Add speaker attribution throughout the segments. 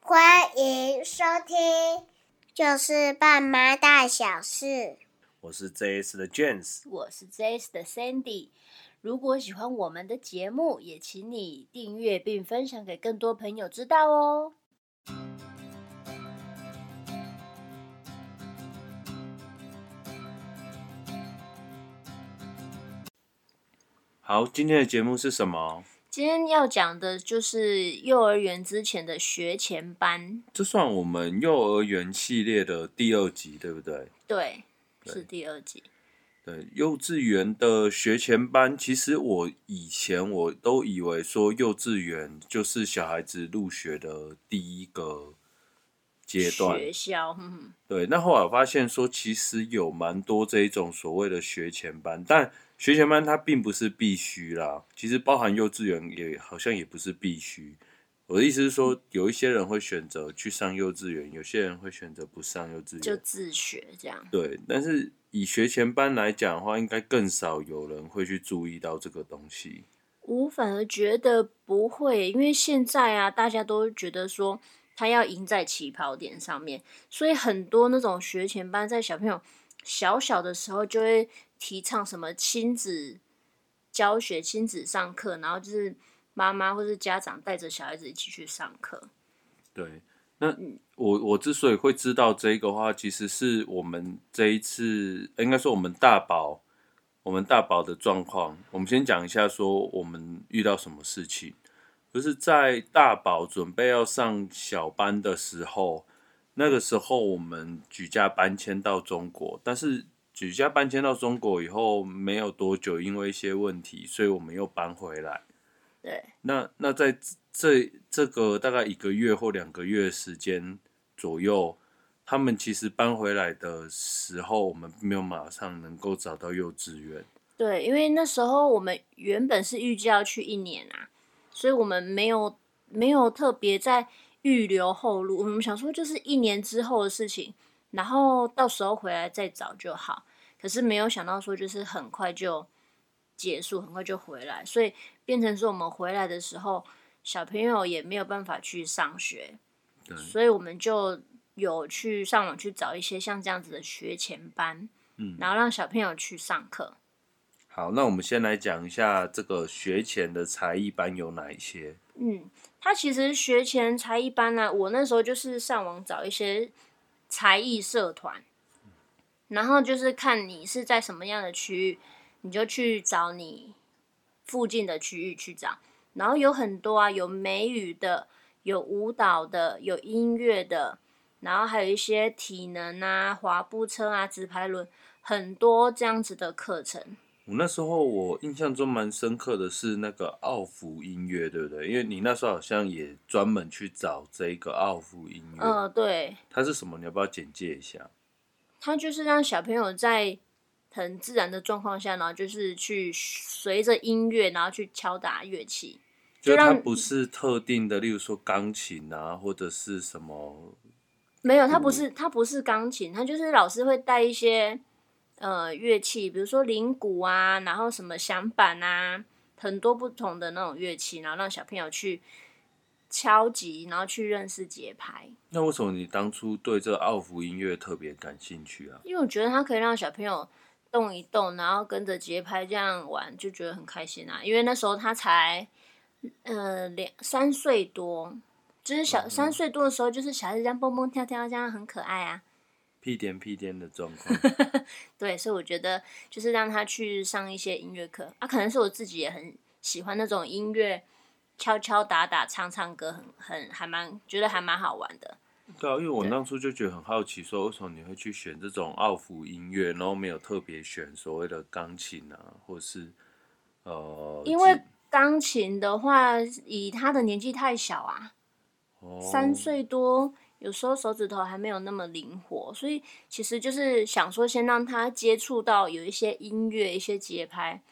Speaker 1: 欢迎收听，就是爸妈大小事。
Speaker 2: 我是这一次的 James，
Speaker 3: 我是 Jace 的 Sandy。如果喜欢我们的节目，也请你订阅并分享给更多朋友知道哦。
Speaker 2: 好，今天的节目是什么？
Speaker 3: 今天要讲的就是幼儿园之前的学前班，
Speaker 2: 这算我们幼儿园系列的第二集，对不对？
Speaker 3: 对，
Speaker 2: 对
Speaker 3: 是第二集。
Speaker 2: 对，幼稚园的学前班，其实我以前我都以为说幼稚园就是小孩子入学的第一个阶段，
Speaker 3: 学校，嗯，
Speaker 2: 对，那后来我发现说，其实有蛮多这一种所谓的学前班，但学前班它并不是必须啦。其实包含幼稚园也好像也不是必须。我的意思是说，有一些人会选择去上幼稚园，有些人会选择不上幼稚
Speaker 3: 就
Speaker 2: 园。
Speaker 3: 自学这样。
Speaker 2: 对，但是以学前班来讲的话，应该更少有人会去注意到这个东西。
Speaker 3: 我反而觉得不会，因为现在啊，大家都觉得说他要赢在起跑点上面，所以很多那种学前班在小朋友小小的时候就会提倡什么亲子教学、亲子上课，然后就是妈妈或是家长带着小孩子一起去上课。
Speaker 2: 对，那我我之所以会知道这个话，其实是我们这一次，应该说我们大宝，我们大宝的状况。我们先讲一下，说我们遇到什么事情，就是在大宝准备要上小班的时候，那个时候我们举家搬迁到中国，但是举家搬迁到中国以后没有多久，因为一些问题，所以我们又搬回来。
Speaker 3: 对，
Speaker 2: 那那在这这个大概一个月或两个月的时间左右，他们其实搬回来的时候，我们没有马上能够找到幼稚园。
Speaker 3: 对，因为那时候我们原本是预计要去一年啊，所以我们没有没有特别在预留后路。我们想说就是一年之后的事情，然后到时候回来再找就好。可是没有想到说就是很快就结束，很快就回来，所以变成说我们回来的时候，小朋友也没有办法去上学，
Speaker 2: 对
Speaker 3: 所以我们就有去上网去找一些像这样子的学前班，
Speaker 2: 嗯
Speaker 3: 然后让小朋友去上课。
Speaker 2: 好，那我们先来讲一下这个学前的才艺班有哪一些。
Speaker 3: 嗯，他其实学前才艺班呢、我那时候就是上网找一些才艺社团，然后就是看你是在什么样的区域，你就去找你附近的区域去找。然后有很多啊，有美语的，有舞蹈的，有音乐的，然后还有一些体能啊、滑步车啊、直排轮，很多这样子的课程。
Speaker 2: 我那时候我印象中蛮深刻的是那个奥福音乐，对不对？因为你那时候好像也专门去找这个奥福音乐，
Speaker 3: 嗯、对。
Speaker 2: 它是什么？你要不要简介一下？
Speaker 3: 它就是让小朋友在很自然的状况下，然后就是去随着音乐，然后去敲打乐器。
Speaker 2: 就
Speaker 3: 就
Speaker 2: 它
Speaker 3: 让
Speaker 2: 不是特定的，例如说钢琴啊，或者是什么，
Speaker 3: 没有，它不是它不是钢琴，它就是老师会带一些呃乐器，比如说铃鼓啊，然后什么响板啊，很多不同的那种乐器，然后让小朋友去敲击，然后去认识节拍。
Speaker 2: 那为什么你当初对这奥福音乐特别感兴趣啊？
Speaker 3: 因为我觉得它可以让小朋友动一动，然后跟着节拍这样玩，就觉得很开心啊。因为那时候他才，呃，两三岁多，就是小、三岁多的时候，就是小孩子这样蹦蹦跳跳，这样很可爱啊。
Speaker 2: 屁颠屁颠的状况，
Speaker 3: 对，所以我觉得就是让他去上一些音乐课啊，可能是我自己也很喜欢那种音乐，敲敲打打、唱唱歌，很很还蛮觉得还蛮好玩的。
Speaker 2: 对啊，因为我当初就觉得很好奇，说为什么你会去选这种奥福音乐，然后没有特别选所谓的钢琴啊，或是呃，
Speaker 3: 因为钢琴的话，以他的年纪太小啊，
Speaker 2: 哦
Speaker 3: 三岁多，有时候手指头还没有那么灵活，所以其实就是想说，先让他接触到有一些音乐、一些节拍。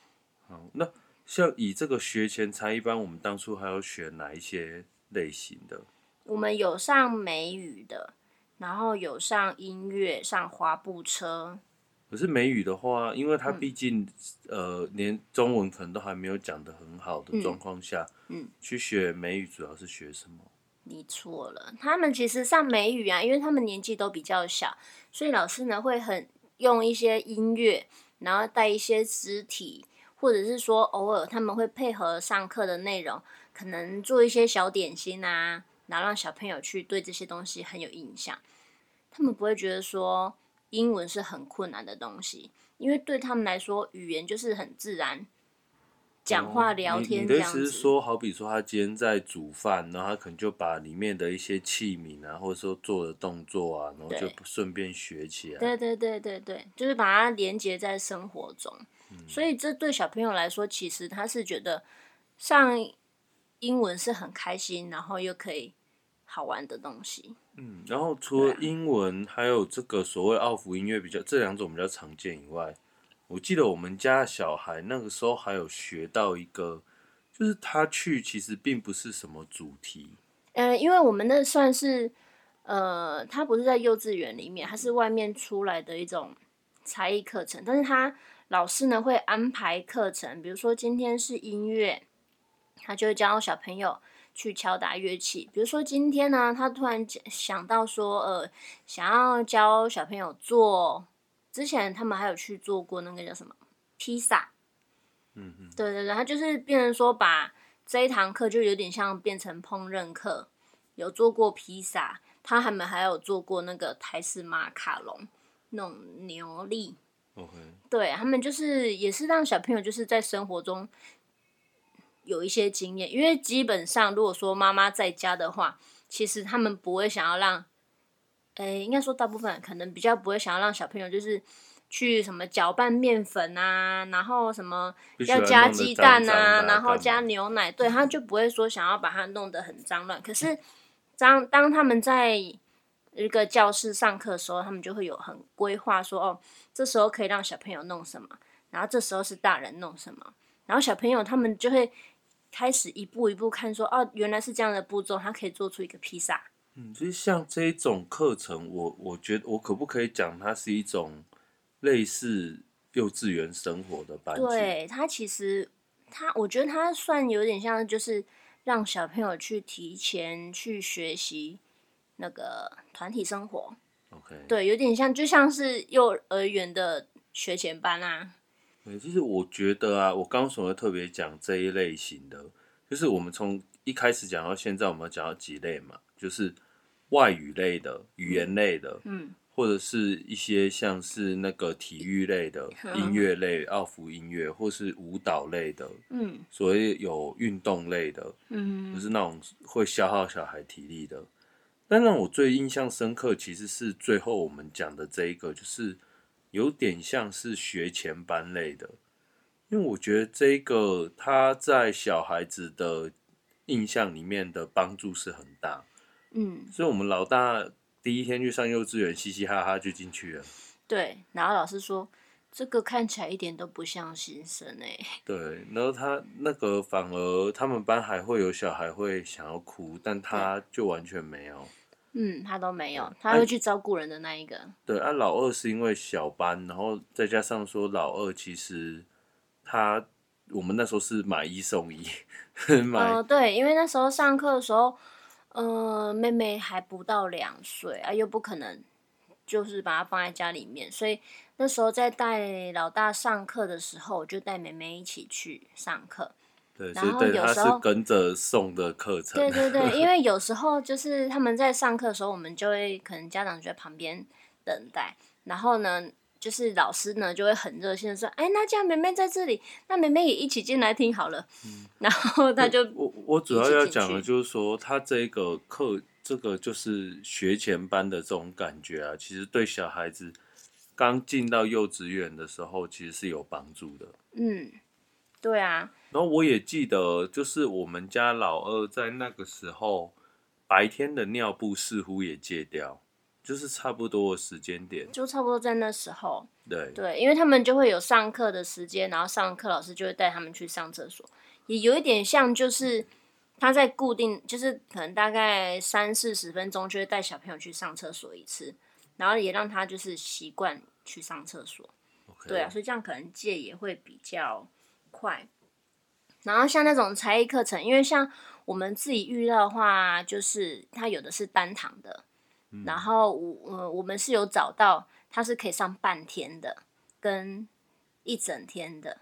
Speaker 2: 好，那像以这个学前才艺班，我们当初还有选哪一些类型的？
Speaker 3: 我们有上美语的，然后有上音乐、上滑步车，
Speaker 2: 可是美语的话，因为它
Speaker 3: 嗯
Speaker 2: 毕竟、呃连中文可能都还没有讲得很好的状况下，
Speaker 3: 嗯，
Speaker 2: 去学美语主要是学什么？
Speaker 3: 你错了，他们其实上美语啊，因为他们年纪都比较小，所以老师呢会很用一些音乐，然后带一些肢体，或者是说偶尔他们会配合上课的内容，可能做一些小点心啊，然后让小朋友去对这些东西很有印象。他们不会觉得说英文是很困难的东西，因为对他们来说，语言就是很自然，讲话
Speaker 2: 哦
Speaker 3: 聊
Speaker 2: 你
Speaker 3: 天
Speaker 2: 你
Speaker 3: 这
Speaker 2: 的意
Speaker 3: 样
Speaker 2: 思是
Speaker 3: 子。
Speaker 2: 说，好比说他今天在煮饭，然后他可能就把里面的一些器皿啊，或者说做的动作啊，然后就
Speaker 3: 对
Speaker 2: 顺便学起来。
Speaker 3: 对对对对对，就是把它连接在生活中。所以这对小朋友来说，其实他是觉得上英文是很开心，然后又可以好玩的东西。
Speaker 2: 嗯然后除了
Speaker 3: 对啊
Speaker 2: 英文，还有这个所谓奥福音乐比较这两种比较常见以外，我记得我们家小孩那个时候还有学到一个，就是他去其实并不是什么主题，
Speaker 3: 呃，因为我们那算是呃，他不是在幼稚园里面，他是外面出来的一种才艺课程，但是他老师呢会安排课程，比如说今天是音乐，他就会教小朋友去敲打乐器。比如说今天呢，他突然间想到说，呃，想要教小朋友做，之前他们还有去做过那个叫什么披萨，
Speaker 2: 嗯嗯，
Speaker 3: 对对对，他就是变成说把这一堂课就有点像变成烹饪课，有做过披萨，他还没还有做过那个台式马卡龙，那种牛粒，
Speaker 2: OK，
Speaker 3: 对他们就是也是让小朋友就是在生活中有一些经验，因为基本上如果说妈妈在家的话，其实他们不会想要让，诶、应该说大部分人可能比较不会想要让小朋友就是去什么搅拌面粉啊，然后什么
Speaker 2: 不喜
Speaker 3: 要
Speaker 2: 欢
Speaker 3: 加
Speaker 2: 弄得
Speaker 3: 鸡
Speaker 2: 脏
Speaker 3: 蛋
Speaker 2: 脏的
Speaker 3: 啊，然后
Speaker 2: 干
Speaker 3: 加
Speaker 2: 嘛
Speaker 3: 牛奶，对，他就不会说想要把它弄得很脏乱。可
Speaker 2: 嗯
Speaker 3: 是当当他们在一个教室上课的时候，他们就会有很规划说，哦，这时候可以让小朋友弄什么，然后这时候是大人弄什么，然后小朋友他们就会开始一步一步看说，哦，原来是这样的步骤，他可以做出一个披萨。
Speaker 2: 嗯，就是像这一种课程，我我觉得我可不可以讲它是一种类似幼稚园生活的班级？，
Speaker 3: 对他其实他，我觉得他算有点像，就是让小朋友去提前去学习那个团体生活。
Speaker 2: ，OK，，
Speaker 3: 对，有点像，就像是幼儿园的学前班啊。
Speaker 2: 就是我觉得啊，我刚刚所谓特别讲这一类型的，就是我们从一开始讲到现在，我们讲到几类嘛，就是外语类的、语言类的，
Speaker 3: 嗯，
Speaker 2: 或者是一些像是那个体育类的、音乐类、奥福音乐，或是舞蹈类的，
Speaker 3: 嗯
Speaker 2: 所谓有运动类的，
Speaker 3: 嗯，
Speaker 2: 不是那种会消耗小孩体力的。但让我最印象深刻，其实是最后我们讲的这一个，就是有点像是学前班类的，因为我觉得这一个他在小孩子的印象里面的帮助是很大。
Speaker 3: 嗯，
Speaker 2: 所以我们老大第一天去上幼稚园，嘻嘻哈哈就进去了。
Speaker 3: 对。然后老师说，这个看起来一点都不像新生哎、
Speaker 2: 对，然后他那个反而他们班还会有小孩会想要哭，但他就完全没有。
Speaker 3: 嗯，他都没有，
Speaker 2: 哎
Speaker 3: 他会去照顾人的那一个。
Speaker 2: 对啊，老二是因为小班，然后再加上说老二其实他我们那时候是买一送一， 买、
Speaker 3: 呃，对，因为那时候上课的时候，呃，妹妹还不到两岁啊，又不可能就是把她放在家里面，所以那时候在带老大上课的时候，我就带妹妹一起去上课。
Speaker 2: 对，
Speaker 3: 然
Speaker 2: 所以
Speaker 3: 后
Speaker 2: 对
Speaker 3: 有
Speaker 2: 他
Speaker 3: 时
Speaker 2: 是
Speaker 3: 候
Speaker 2: 跟着送的课程
Speaker 3: 对，对对，因为有时候就是他们在上课的时候，我们就会可能家长就在旁边等待，然后呢，就是老师呢就会很热心的说：“哎，那这样妹妹在这里，那妹妹也一起进来听好了。然后他就
Speaker 2: 我我主要
Speaker 3: 一起
Speaker 2: 要
Speaker 3: 进
Speaker 2: 讲的
Speaker 3: 去
Speaker 2: 就是说，他这个课这个就是学前班的这种感觉啊，其实对小孩子刚进到幼稚园的时候，其实是有帮助的。
Speaker 3: 嗯，对啊，
Speaker 2: 然后我也记得，就是我们家老二在那个时候，白天的尿布似乎也戒掉，就是差不多的时间点。
Speaker 3: 就差不多在那时候，
Speaker 2: 对，
Speaker 3: 对，因为他们就会有上课的时间，然后上课老师就会带他们去上厕所，也有一点像就是他在固定，就是可能大概三四十分钟就会带小朋友去上厕所一次，然后也让他就是习惯去上厕所。
Speaker 2: OK
Speaker 3: 对啊，所以这样可能戒也会比较快。然后像那种才艺课程，因为像我们自己预料的话，就是它有的是单堂的，
Speaker 2: 嗯
Speaker 3: 然后我呃我们是有找到它是可以上半天的跟一整天的，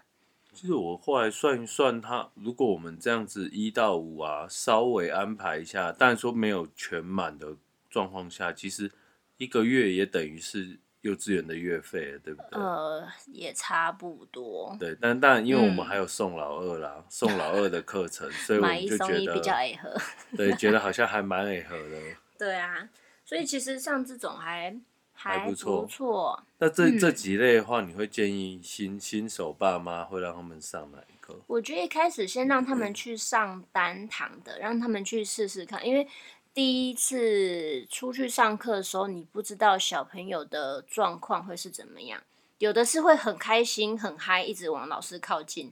Speaker 2: 其实我后来算一算它，如果我们这样子一到五啊，稍微安排一下，但说没有全满的状况下，其实一个月也等于是幼稚园的月费了，对不对？
Speaker 3: 呃，也差不多。
Speaker 2: 对，但但因为我们
Speaker 3: 嗯
Speaker 2: 还有送老二啦，送老二的课 程，所以我
Speaker 3: 买
Speaker 2: 们
Speaker 3: 一
Speaker 2: 就
Speaker 3: 送
Speaker 2: 觉
Speaker 3: 一比较
Speaker 2: 得，
Speaker 3: 爱喝。
Speaker 2: 对，觉得好像还蛮违和的。
Speaker 3: 对啊，所以其实像这种还
Speaker 2: 还不错
Speaker 3: 不错。
Speaker 2: 那这、
Speaker 3: 嗯
Speaker 2: 这几类的话，你会建议新新手爸妈会让他们上哪一课？
Speaker 3: 我觉得一开始先让他们去上单堂的，让他们去试试看，因为第一次出去上课的时候，你不知道小朋友的状况会是怎么样。有的是会很开心、很嗨，一直往老师靠近，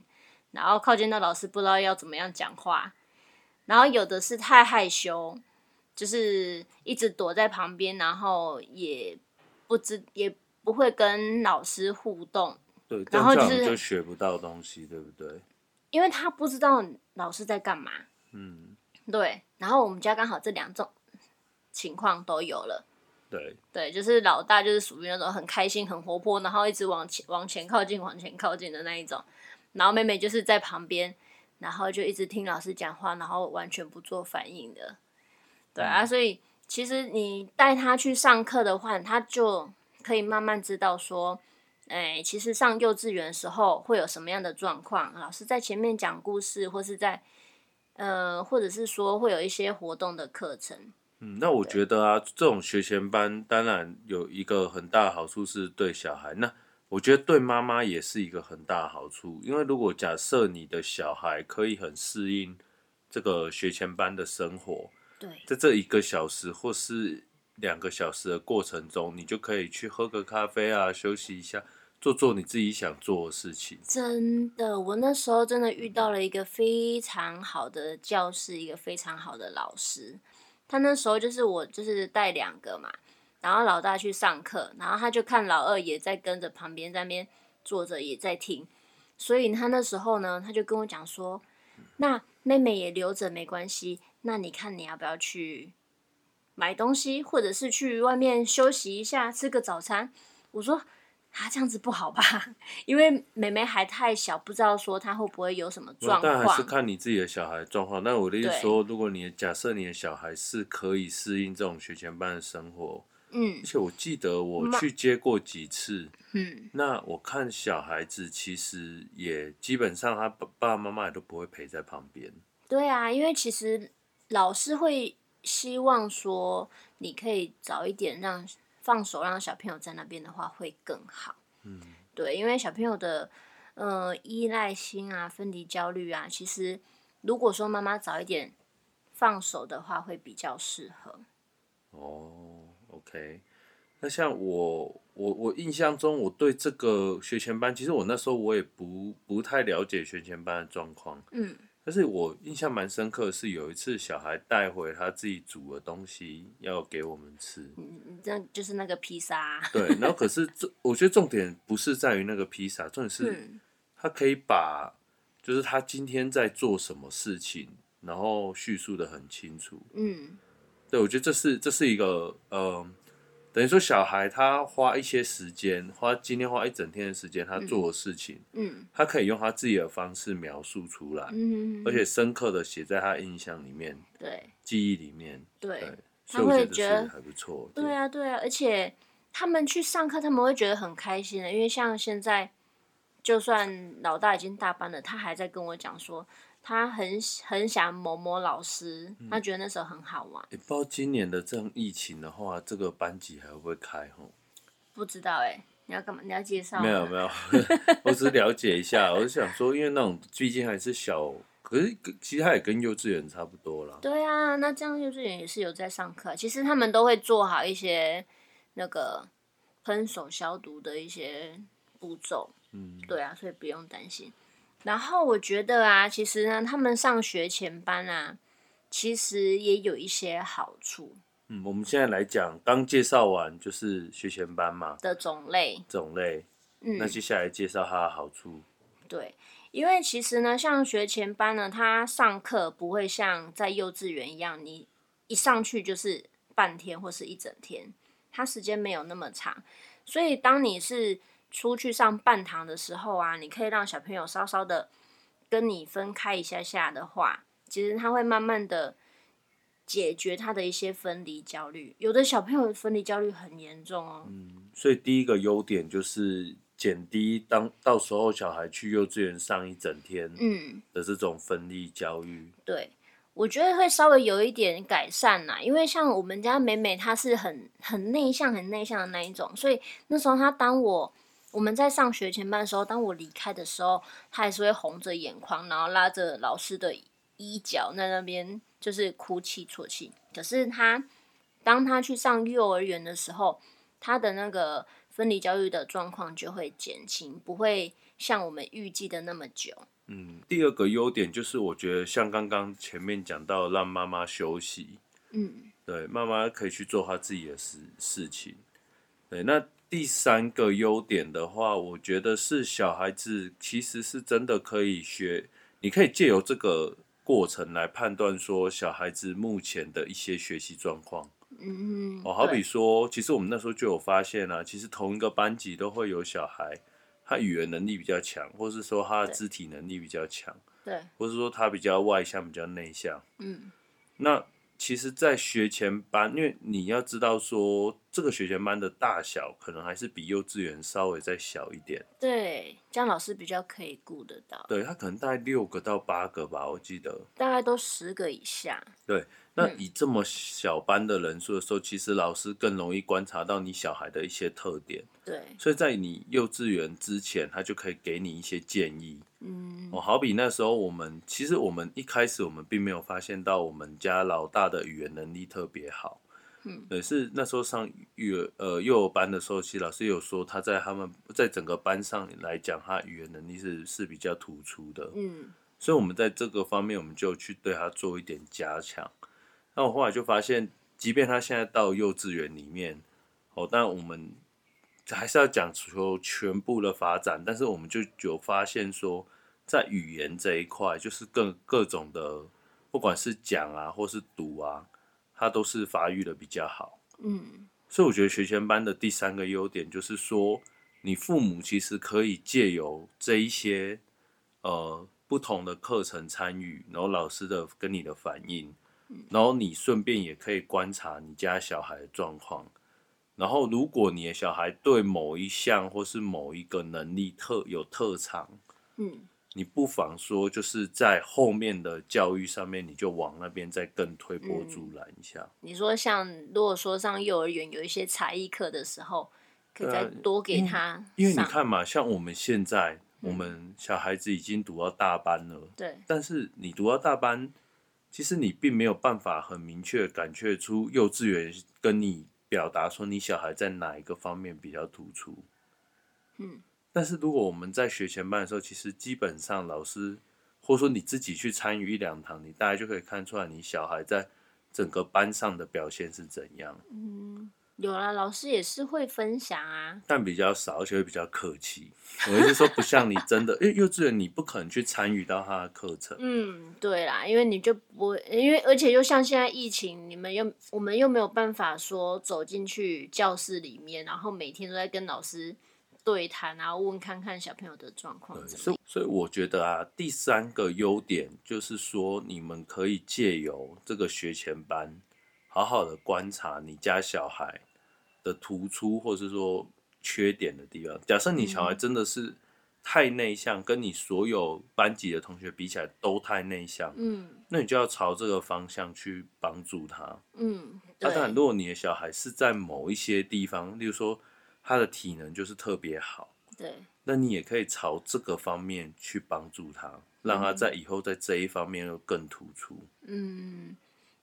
Speaker 3: 然后靠近到老师不知道要怎么样讲话，然后有的是太害羞，就是一直躲在旁边，然后也不知也不会跟老师互动，
Speaker 2: 对，
Speaker 3: 然后
Speaker 2: 这样
Speaker 3: 就是
Speaker 2: 就学不到东西，对不对？
Speaker 3: 因为他不知道老师在干嘛。
Speaker 2: 嗯，
Speaker 3: 对，然后我们家刚好这两种情况都有了。
Speaker 2: 对，
Speaker 3: 对，就是老大就是属于那种很开心、很活泼，然后一直往前往前靠近、往前靠近的那一种。然后妹妹就是在旁边，然后就一直听老师讲话，然后完全不做反应的。对啊，所以其实你带他去上课的话，他就可以慢慢知道说，哎、其实上幼稚园的时候会有什么样的状况。老师在前面讲故事，或是在呃，或者是说会有一些活动的课程。
Speaker 2: 嗯，那我觉得啊，这种学前班当然有一个很大的好处是对小孩，那我觉得对妈妈也是一个很大的好处，因为如果假设你的小孩可以很适应这个学前班的生活，
Speaker 3: 对，
Speaker 2: 在这一个小时或是两个小时的过程中，你就可以去喝个咖啡啊，休息一下，做做你自己想做的事情。
Speaker 3: 真的，我那时候真的遇到了一个非常好的教室，一个非常好的老师。他那时候就是我就是带两个嘛，然后老大去上课，然后他就看老二也在跟着旁边在那边坐着也在听，所以他那时候呢，他就跟我讲说，那妹妹也留着没关系，那你看你要不要去买东西，或者是去外面休息一下，吃个早餐？我说啊，这样子不好吧？ 因为妹妹还太小，不知道说她会不会有什么状
Speaker 2: 但还是
Speaker 3: 况。
Speaker 2: 看你自己的小孩状况。那我的意思
Speaker 3: 对
Speaker 2: 说，如果你的假设你的小孩是可以适应这种学前班的生活，
Speaker 3: 嗯
Speaker 2: 而且我记得我
Speaker 3: 妈
Speaker 2: 去接过几次，
Speaker 3: 嗯，
Speaker 2: 那我看小孩子其实也基本上他爸爸爸妈妈也都不会陪在旁边。
Speaker 3: 对啊，因为其实老师会希望说，你可以早一点让放手让小朋友在那边的话会更好。
Speaker 2: 嗯，
Speaker 3: 对，因为小朋友的呃依赖心啊、分离焦虑啊，其实如果说妈妈早一点放手的话，会比较适合。
Speaker 2: 哦，OK。那像我，我我印象中，我对这个学前班，其实我那时候我也不不太了解学前班的状况。
Speaker 3: 嗯，
Speaker 2: 但是我印象蛮深刻的是，有一次小孩带回他自己煮的东西要给我们吃，
Speaker 3: 嗯这就是那个披萨啊、
Speaker 2: 对。然后可是这，我觉得重点不是在于那个披萨，重点是
Speaker 3: 嗯，
Speaker 2: 他可以把就是他今天在做什么事情，然后叙述的很清楚。
Speaker 3: 嗯，
Speaker 2: 对，我觉得这是这是一个呃，等于说小孩他花一些时间，花今天花一整天的时间，他做的事情，
Speaker 3: 嗯，
Speaker 2: 他可以用他自己的方式描述出来，
Speaker 3: 嗯，
Speaker 2: 而且深刻的写在他印象里面、
Speaker 3: 对
Speaker 2: 记忆里面。
Speaker 3: 对
Speaker 2: 对，所以我觉得
Speaker 3: 会觉
Speaker 2: 是
Speaker 3: 得
Speaker 2: 还不错。
Speaker 3: 对，啊，对啊，而且他们去上课，他们会觉得很开心的，因为像现在，就算老大已经大班了，他还在跟我讲说，他很喜很想某某老师，
Speaker 2: 嗯
Speaker 3: 他觉得那时候很好玩。
Speaker 2: 也、欸不知道今年的这样疫情的话，这个班级还会不会开吼？
Speaker 3: 不知道哎、你要干嘛？你要介绍？
Speaker 2: 没有，没 有，我只是了解一下。我是想说，因为那种毕竟还是小，可是其实它也跟幼稚园差不多啦。
Speaker 3: 对啊，那这样幼稚园也是有在上课，啊其实他们都会做好一些那个喷手消毒的一些步骤。
Speaker 2: 嗯，
Speaker 3: 对啊，所以不用担心。然后我觉得啊，其实呢，他们上学前班啊，其实也有一些好处
Speaker 2: 嗯，我们现在来讲，刚介绍完就是学前班嘛
Speaker 3: 的种类。
Speaker 2: 种类，那
Speaker 3: 嗯，
Speaker 2: 接下来介绍它的好处。
Speaker 3: 对，因为其实呢，像学前班呢，他上课不会像在幼稚园一样，你一上去就是半天或是一整天，他时间没有那么长。所以当你是出去上半堂的时候啊，你可以让小朋友稍稍的跟你分开一下下的话，其实他会慢慢的解决他的一些分离焦虑。有的小朋友分离焦虑很严重哦，
Speaker 2: 所以第一个优点就是减低当到时候小孩去幼稚园上一整天
Speaker 3: 嗯
Speaker 2: 的这种分力教育。
Speaker 3: 对，我觉得会稍微有一点改善啦，因为像我们家美美她是很很内向、很内向的那一种，所以那时候她当我我们在上学前班的时候，当我离开的时候，她还是会红着眼眶，然后拉着老师的衣角在那边就是哭泣啜泣。可是她当她去上幼儿园的时候，她的那个分离焦虑的状况就会减轻，不会像我们预计的那么久。
Speaker 2: 嗯，第二个优点就是我觉得像刚刚前面讲到，让妈妈休息，
Speaker 3: 嗯，
Speaker 2: 对，妈妈可以去做她自己的事事情。对，那第三个优点的话，我觉得是小孩子其实是真的可以学，你可以借由这个过程来判断说小孩子目前的一些学习状况。
Speaker 3: 嗯，
Speaker 2: 哦，好
Speaker 3: 对
Speaker 2: 比说，其实我们那时候就有发现啊，其实同一个班级都会有小孩，他语言能力比较强，或是说他的
Speaker 3: 对
Speaker 2: 肢体能力比较强，
Speaker 3: 对，
Speaker 2: 或是说他比较外向、比较内向。
Speaker 3: 嗯。
Speaker 2: 那其实，在学前班，因为你要知道说，这个学前班的大小可能还是比幼稚园稍微再小一点，
Speaker 3: 对，这样老师比较可以顾得到，
Speaker 2: 对，他可能大概六个到八个吧，我记得。
Speaker 3: 大概都十个以下。
Speaker 2: 那
Speaker 3: 嗯
Speaker 2: 以这么小班的人数的时候，其实老师更容易观察到你小孩的一些特点。
Speaker 3: 对，
Speaker 2: 所以在你幼稚园之前，他就可以给你一些建议。
Speaker 3: 嗯，
Speaker 2: 哦，好比那时候我们，其实我们一开始我们并没有发现到我们家老大的语言能力特别好。
Speaker 3: 嗯，
Speaker 2: 对，是那时候上育儿呃幼儿班的时候，其实老师有说他在他们在整个班上来讲，他语言能力是是比较突出的。
Speaker 3: 嗯，
Speaker 2: 所以我们在这个方面，我们就去对他做一点加强。那我后来就发现，即便他现在到幼稚园里面，哦，但我们还是要讲求全部的发展，但是我们就有发现说，在语言这一块，就是各各种的，不管是讲啊，或是读啊，他都是发育的比较好。
Speaker 3: 嗯，
Speaker 2: 所以我觉得学前班的第三个优点就是说，你父母其实可以借由这一些呃不同的课程参与，然后老师的跟你的反应，然后你顺便也可以观察你家小孩的状况。然后，如果你的小孩对某一项或是某一个能力特有特长，
Speaker 3: 嗯，
Speaker 2: 你不妨说就是在后面的教育上面，你就往那边再更推波助澜一下。
Speaker 3: 你说像如果说上幼儿园有一些才艺课的时候，可以
Speaker 2: 对啊
Speaker 3: 再多给他
Speaker 2: 因为你
Speaker 3: 上嗯
Speaker 2: 看嘛，像我们现在，我们小孩子已经读到大班了，
Speaker 3: 对，
Speaker 2: 但是你读到大班，其实你并没有办法很明确地感觉出幼稚园跟你表达说你小孩在哪一个方面比较突出。
Speaker 3: 嗯，
Speaker 2: 但是如果我们在学前班的时候，其实基本上老师或者说你自己去参与一两堂，你大概就可以看出来你小孩在整个班上的表现是怎样，
Speaker 3: 嗯，有啦，老师也是会分享啊，
Speaker 2: 但比较少，而且会比较客气。我意思是说，不像你真的，因为幼稚园你不可能去参与到他的课程。
Speaker 3: 嗯，对啦，因为你就不会，因为而且又像现在疫情，你们又我们又没有办法说走进去教室里面，然后每天都在跟老师对谈，然后问看看小朋友的状况
Speaker 2: 对
Speaker 3: 怎
Speaker 2: 所
Speaker 3: 么
Speaker 2: 以所以我觉得啊，第三个优点就是说，你们可以借由这个学前班，好好的观察你家小孩的突出或是说缺点的地方。假设你小孩
Speaker 3: 嗯
Speaker 2: 真的是太内向，跟你所有班级的同学比起来都太内向，
Speaker 3: 嗯
Speaker 2: 那你就要朝这个方向去帮助他。
Speaker 3: 嗯，
Speaker 2: 那
Speaker 3: 对，
Speaker 2: 啊当然，如果你的小孩是在某一些地方，例如说他的体能就是特别好，
Speaker 3: 对，
Speaker 2: 那你也可以朝这个方面去帮助他，让他在以后在这一方面又更突出。
Speaker 3: 嗯，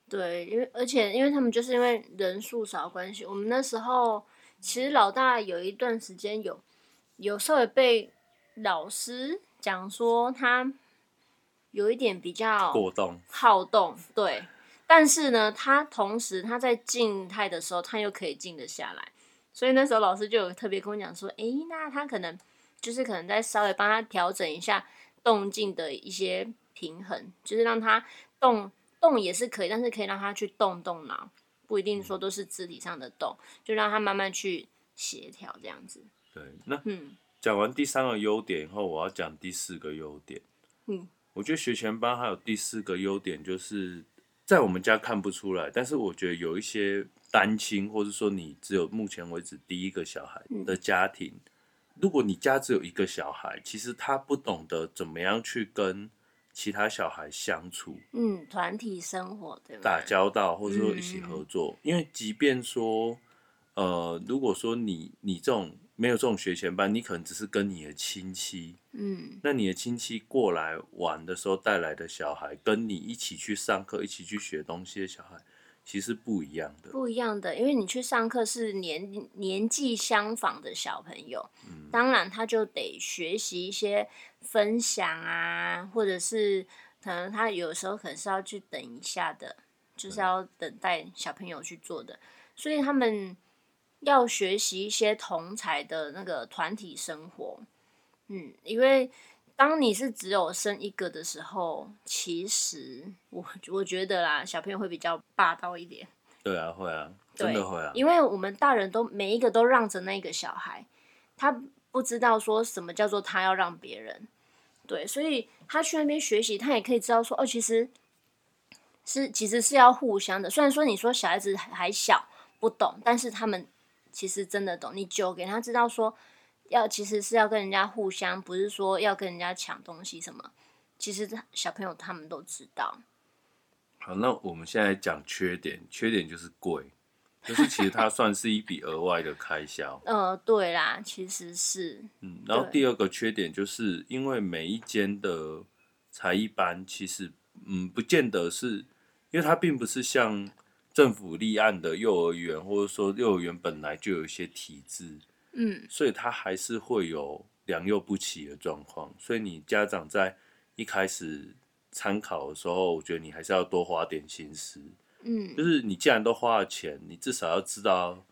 Speaker 3: 对，因为而且因为他们就是因为人数少的关系，我们那时候其实老大有一段时间有有稍微被老师讲说他有一点比较
Speaker 2: 过动，
Speaker 3: 好动，对。但是呢，他同时他在静态的时候，他又可以静得下来，所以那时候老师就有特别跟我讲说，诶、那他可能就是可能再稍微帮他调整一下动静的一些平衡，就是让他动动也是可以，但是可以让他去动动脑，不一定说都是肢体上的动，就让他慢慢去协调这样子。
Speaker 2: 对，那
Speaker 3: 嗯，
Speaker 2: 讲完第三个优点以后，我要讲第四个优点。
Speaker 3: 嗯，
Speaker 2: 我觉得学前班还有第四个优点，就是在我们家看不出来，但是我觉得有一些单亲，或者说你只有目前为止第一个小孩的家庭，如果你家只有一个小孩，其实他不懂得怎么样去跟其他小孩相处。
Speaker 3: 嗯，团体生活对吧？
Speaker 2: 打交道，或者说一起合作。因为即便说，呃，如果说你你这种没有这种学前班，你可能只是跟你的亲戚，
Speaker 3: 嗯
Speaker 2: 那你的亲戚过来玩的时候带来的小孩，跟你一起去上课、一起去学东西的小孩，其实不一样的。
Speaker 3: 不一样的，因为你去上课是年年纪相仿的小朋友，当然他就得学习一些分享啊，或者是可能他有时候可能是要去等一下的，就是要等待小朋友去做的，所以他们要学习一些同才的那个团体生活，嗯，因为。当你是只有生一个的时候，其实我我觉得啦，小朋友会比较霸道一点。
Speaker 2: 对啊，会啊，
Speaker 3: 对
Speaker 2: 真的会啊。
Speaker 3: 因为我们大人都每一个都让着那个小孩，他不知道说什么叫做他要让别人，对，所以他去那边学习，他也可以知道说，哦，其实是其实是要互相的。虽然说你说小孩子还还小不懂，但是他们其实真的懂。你久给他知道说，要其实是要跟人家互相，不是说要跟人家抢东西什么。其实他小朋友他们都知道，
Speaker 2: 好，那我们现在讲缺点，缺点就是贵，就是其实它算是一笔额外的开销。
Speaker 3: 呃，对啦，其实是
Speaker 2: 嗯，然后
Speaker 3: 对
Speaker 2: 第二个缺点就是因为每一间的才艺班其实嗯不见得是，因为它并不是像政府立案的幼儿园，或者说幼儿园本来就有一些体制，
Speaker 3: 嗯
Speaker 2: 所以它还是会有良莠不齐的状况。所以你家长在一开始参考的时候，我觉得你还是要多花点心思，
Speaker 3: 嗯
Speaker 2: 就。是你既然都花了钱，你至少要知道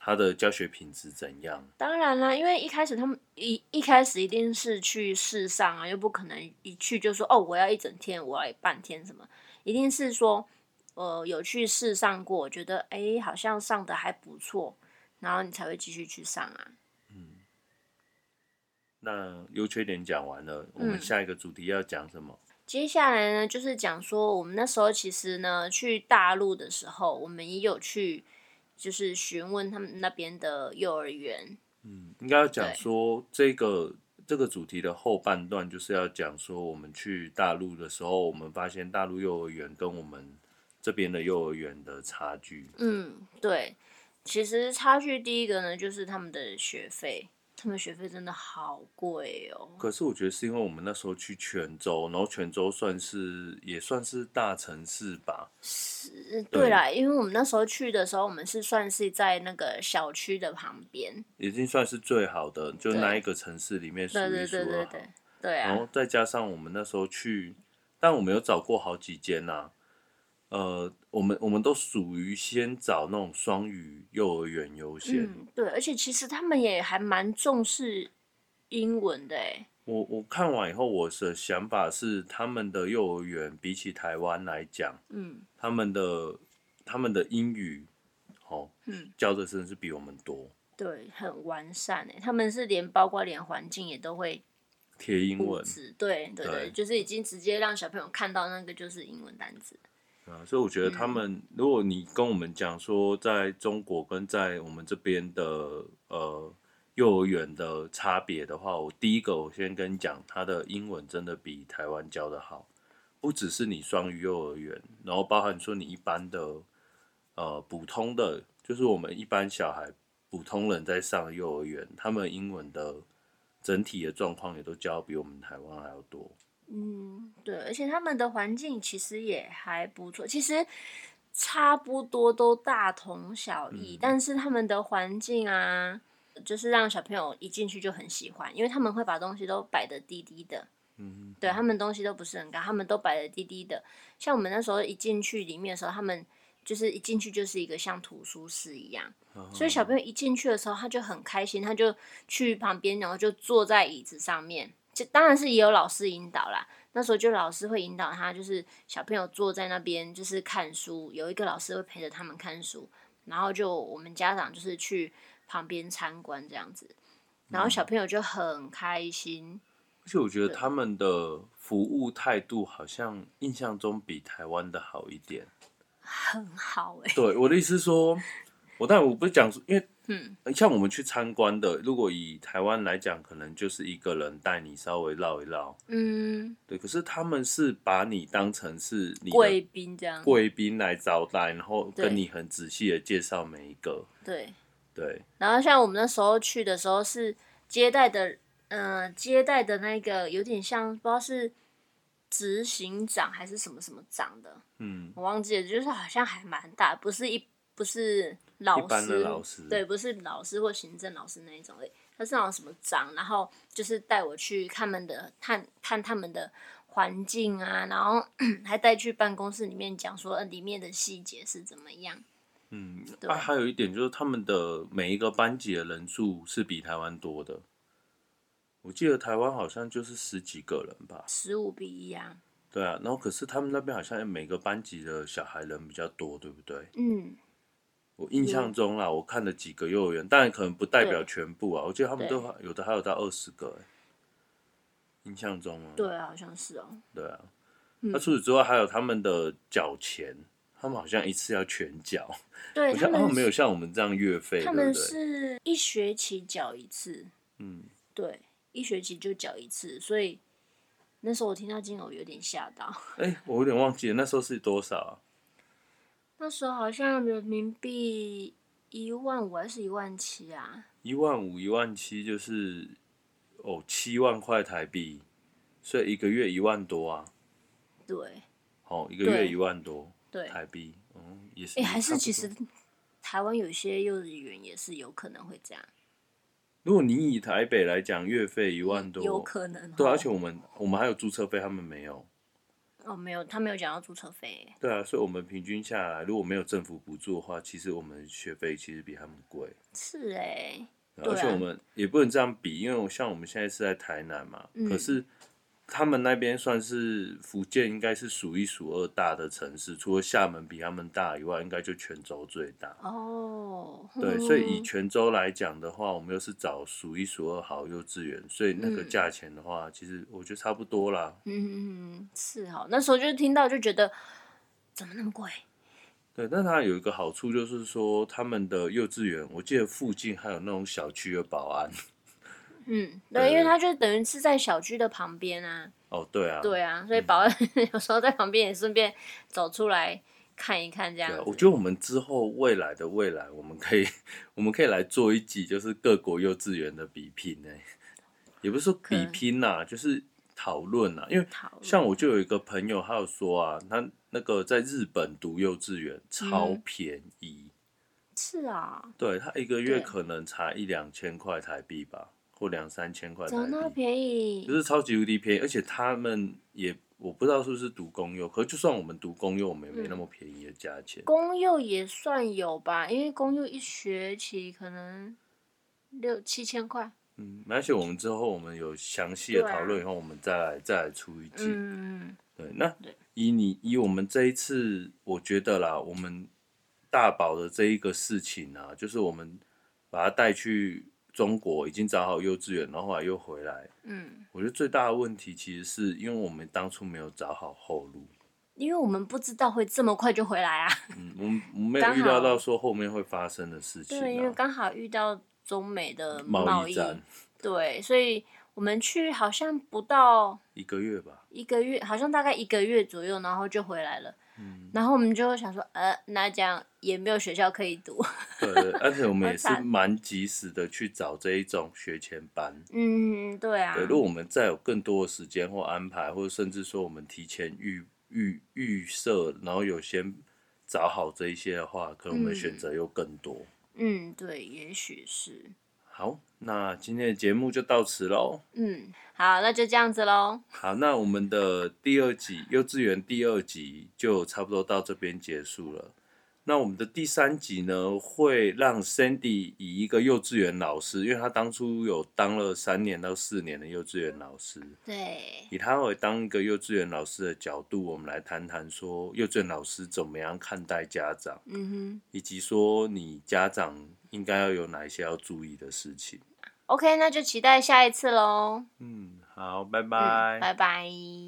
Speaker 2: 他的教学品质怎样。
Speaker 3: 当然啦，因为一开始他们一一开始一定是去试上啊，又不可能一去就说哦，我要一整天，我要半天什么，一定是说呃有去试上过，觉得诶好像上的还不错，然后你才会继续去上啊。
Speaker 2: 那优缺点讲完了，我们下一个主题要讲什么？
Speaker 3: 接下来呢，就是讲说我们那时候其实呢去大陆的时候，我们也有去就是询问他们那边的幼儿园，
Speaker 2: 应该要讲说这个这个主题的后半段，就是要讲说我们去大陆的时候，我们发现大陆幼儿园跟我们这边的幼儿园的差距。
Speaker 3: 嗯，对，其实差距第一个呢，就是他们的学费，他们学费真的好贵哦。
Speaker 2: 可是我觉得是因为我们那时候去泉州，然后泉州算是也算是大城市吧，
Speaker 3: 呃对啦，因为我们那时候去的时候，我们是算是在那个小区的旁边，
Speaker 2: 已经算是最好的，就
Speaker 3: 对
Speaker 2: 那一个城市里面数
Speaker 3: 对
Speaker 2: 一
Speaker 3: 对
Speaker 2: 数
Speaker 3: 对
Speaker 2: 二
Speaker 3: 对
Speaker 2: 好。
Speaker 3: 对对
Speaker 2: 然后
Speaker 3: 啊，
Speaker 2: 再加上我们那时候去，但我们有找过好几间呐、呃，我们我们都属于先找那种双语幼儿园优先。
Speaker 3: 嗯，对，而且其实他们也还蛮重视英文的欸诶，
Speaker 2: 我我看完以后，我的想法是，他们的幼儿园比起台湾来讲，
Speaker 3: 嗯
Speaker 2: 他们的他们的英语，哦，
Speaker 3: 嗯，
Speaker 2: 教的真的是比我们多，
Speaker 3: 对，很完善欸诶，他们是连包括连环境也都会
Speaker 2: 贴英
Speaker 3: 布
Speaker 2: 文
Speaker 3: 置，对对
Speaker 2: 对
Speaker 3: 对，就是已经直接让小朋友看到那个就是英文单词，
Speaker 2: 啊，所以我觉得
Speaker 3: 嗯
Speaker 2: 他们，如果你跟我们讲说，在中国跟在我们这边的呃幼儿园的差别的话，我第一个我先跟你讲，他的英文真的比台湾教的好，不只是你双语幼儿园，然后包含说你一般的呃普通的，就是我们一般小孩普通人在上的幼儿园，他们英文的整体的状况也都教比我们台湾还要多。
Speaker 3: 嗯，对，而且他们的环境其实也还不错，其实差不多都大同小异，但是他们的环境啊，就是让小朋友一进去就很喜欢，因为他们会把东西都摆得低低的，嗯，对他们东西都不是很高，他们都摆得低低的。像我们那时候一进去里面的时候，他们就是一进去就是一个像图书室一样，
Speaker 2: 嗯
Speaker 3: 所以小朋友一进去的时候，他就很开心，他就去旁边，然后就坐在椅子上面就当然是也有老师引导啦。那时候就老师会引导他，就是小朋友坐在那边就是看书，有一个老师会陪着他们看书，然后就我们家长就是去旁边参观这样子，然后小朋友就很开心。
Speaker 2: 而且我觉得他们的服务态度好像印象中比台湾的好一点。
Speaker 3: 很好哎、
Speaker 2: 对，我的意思是说，我但我不是讲说，因为呃
Speaker 3: 嗯，
Speaker 2: 像我们去参观的，如果以台湾来讲，可能就是一个人带你稍微绕一绕，
Speaker 3: 嗯，
Speaker 2: 对。可是他们是把你当成是你
Speaker 3: 贵
Speaker 2: 的
Speaker 3: 宾这样，
Speaker 2: 贵宾来招待，然后
Speaker 3: 对
Speaker 2: 跟你很仔细的介绍每一个，
Speaker 3: 对。
Speaker 2: 对，
Speaker 3: 然后像我们那时候去的时候是接待的，呃，接待的那个有点像不知道是执行长还是什么什么长的，
Speaker 2: 嗯，
Speaker 3: 我忘记了，就是好像还蛮大，不是一不是老师，
Speaker 2: 一般的老师
Speaker 3: 对，不是老师或行政老师那一种而已，他是那种什么长，然后就是带我去看他们的看看他们的环境啊，然后 还带去办公室里面讲说、呃、里面的细节是怎么样，
Speaker 2: 嗯，
Speaker 3: 对
Speaker 2: 啊，还有一点就是他们的每一个班级的人数是比台湾多的。我记得台湾好像就是十几个人吧，
Speaker 3: 十五比一啊，
Speaker 2: 对啊，然后可是他们那边好像每个班级的小孩人比较多，对不对？
Speaker 3: 嗯，
Speaker 2: 我印象中啦，我看了几个幼儿园，当然可能不代表全部啊，我记得他们
Speaker 3: 对
Speaker 2: 都还有的还有到二十个、欸，印象中啊，
Speaker 3: 对啊，好像是哦、
Speaker 2: 对啊。那、除此之外，还有他们的缴钱，他们好像一次要全缴，
Speaker 3: 对
Speaker 2: 我
Speaker 3: 他
Speaker 2: 觉得哦
Speaker 3: 们
Speaker 2: 没有像我们这样月费，
Speaker 3: 他
Speaker 2: 对
Speaker 3: 们
Speaker 2: 不对？
Speaker 3: 是一学期缴一次，
Speaker 2: 嗯，
Speaker 3: 对，一学期就缴一次，所以那时候我听到金额我有点吓到。
Speaker 2: 哎、我有点忘记了那时候是多少啊、
Speaker 3: 那时候好像人民币一万五还是一万七啊？
Speaker 2: 一万五、一万七，就是哦七万块台币，所以一个月一万多啊，
Speaker 3: 对
Speaker 2: 哦，一个
Speaker 3: 对
Speaker 2: 月一万多
Speaker 3: 对，哎、
Speaker 2: 台币，嗯，也是，差
Speaker 3: 还是
Speaker 2: 不
Speaker 3: 其
Speaker 2: 多
Speaker 3: 实台湾有些幼儿园也是有可能会这样，
Speaker 2: 如果你以台北来讲，月费一万多，
Speaker 3: 有可能哦。
Speaker 2: 对啊，而且我们我们还有注册费，他们没有。
Speaker 3: 哦没有，他没有讲到注册费，
Speaker 2: 对啊，所以我们平均下来，如果没有政府补助的话，其实我们学费其实比他们贵。
Speaker 3: 是哎、对
Speaker 2: 而
Speaker 3: 啊
Speaker 2: 且我们也不能这样比，因为像我们现在是在台南嘛，
Speaker 3: 嗯
Speaker 2: 可是他们那边算是福建应该是数一数二大的城市，除了厦门比他们大以外，应该就泉州最大。
Speaker 3: 哦，
Speaker 2: 对，
Speaker 3: 嗯
Speaker 2: 所以以泉州来讲的话，我们又是找数一数二好幼稚园，所以那个
Speaker 3: 嗯
Speaker 2: 价钱的话，其实我觉得差不多啦。
Speaker 3: 嗯是哦，那时候就听到就觉得怎么那么贵？
Speaker 2: 对，但它有一个好处就是说，他们的幼稚园，我记得附近还有那种小区的保安。
Speaker 3: 嗯，
Speaker 2: 对
Speaker 3: 对，因为他就等于是在小区的旁边啊，
Speaker 2: 哦，对啊，
Speaker 3: 对啊，所以保安 有时候在旁边也顺便走出来看一看这样
Speaker 2: 对啊
Speaker 3: 子。
Speaker 2: 我觉得我们之后未来的未来，我们可以我们可以来做一集，就是各国幼稚园的比拼呢、也不是说比拼呐、就是讨论呐，因为
Speaker 3: 讨论
Speaker 2: 像我就有一个朋友，他有说啊，他那个在日本读幼稚园超
Speaker 3: 嗯
Speaker 2: 便宜，
Speaker 3: 是啊，
Speaker 2: 对他一个月
Speaker 3: 对
Speaker 2: 可能才一两千块台币吧，或两三千块台
Speaker 3: 怎么那么
Speaker 2: 币，
Speaker 3: 便宜？
Speaker 2: 就是超级无敌便宜，而且他们也我不知道是不是读公幼，可是就算我们读公幼，我们也
Speaker 3: 嗯
Speaker 2: 没那么便宜的价钱。
Speaker 3: 公幼也算有吧，因为公幼一学期可能六七千块。
Speaker 2: 嗯，而且我们之后我们有详细的
Speaker 3: 对啊
Speaker 2: 讨论以后，我们再来再来出一季。
Speaker 3: 嗯，
Speaker 2: 对，那
Speaker 3: 对
Speaker 2: 以你以我们这一次，我觉得啦，我们大宝的这一个事情啊，就是我们把他带去中国，已经找好幼稚园，然后后来又回来。
Speaker 3: 嗯，
Speaker 2: 我觉得最大的问题其实是因为我们当初没有找好后路，
Speaker 3: 因为我们不知道会这么快就回来啊。
Speaker 2: 嗯，我们我们没
Speaker 3: 刚
Speaker 2: 有
Speaker 3: 好
Speaker 2: 预料到说后面会发生的事情、啊。
Speaker 3: 对，因为刚好遇到中美的
Speaker 2: 贸
Speaker 3: 贸
Speaker 2: 易
Speaker 3: 易，
Speaker 2: 战
Speaker 3: 对，所以我们去好像不到
Speaker 2: 一个月吧，
Speaker 3: 一个月，好像大概一个月左右，然后就回来了。然后我们就想说，呃，那这样也没有学校可以读。
Speaker 2: 对，对而且我们也是
Speaker 3: 好惨
Speaker 2: 蛮及时的去找这一种学前班。
Speaker 3: 嗯，对啊，
Speaker 2: 对，如果我们再有更多的时间或安排，或者甚至说我们提前预预预设，然后有先找好这一些的话，可能我们
Speaker 3: 嗯
Speaker 2: 选择又更多。
Speaker 3: 嗯，对，也许是，
Speaker 2: 好，那今天的节目就到此喽。
Speaker 3: 嗯，好，那就这样子喽。
Speaker 2: 好，那我们的第二集幼稚园第二集就差不多到这边结束了。那我们的第三集呢，会让 Sandy 以一个幼稚园老师，因为他当初有当了三年到四年的幼稚园老师，
Speaker 3: 对，
Speaker 2: 以他为当一个幼稚园老师的角度，我们来谈谈说幼稚园老师怎么样看待家长，
Speaker 3: 嗯
Speaker 2: 以及说你家长应该要有哪一些要注意的事情。
Speaker 3: 哼，OK，那就期待下一次喽，
Speaker 2: 嗯，好，拜
Speaker 3: 嗯
Speaker 2: 拜。
Speaker 3: 拜拜。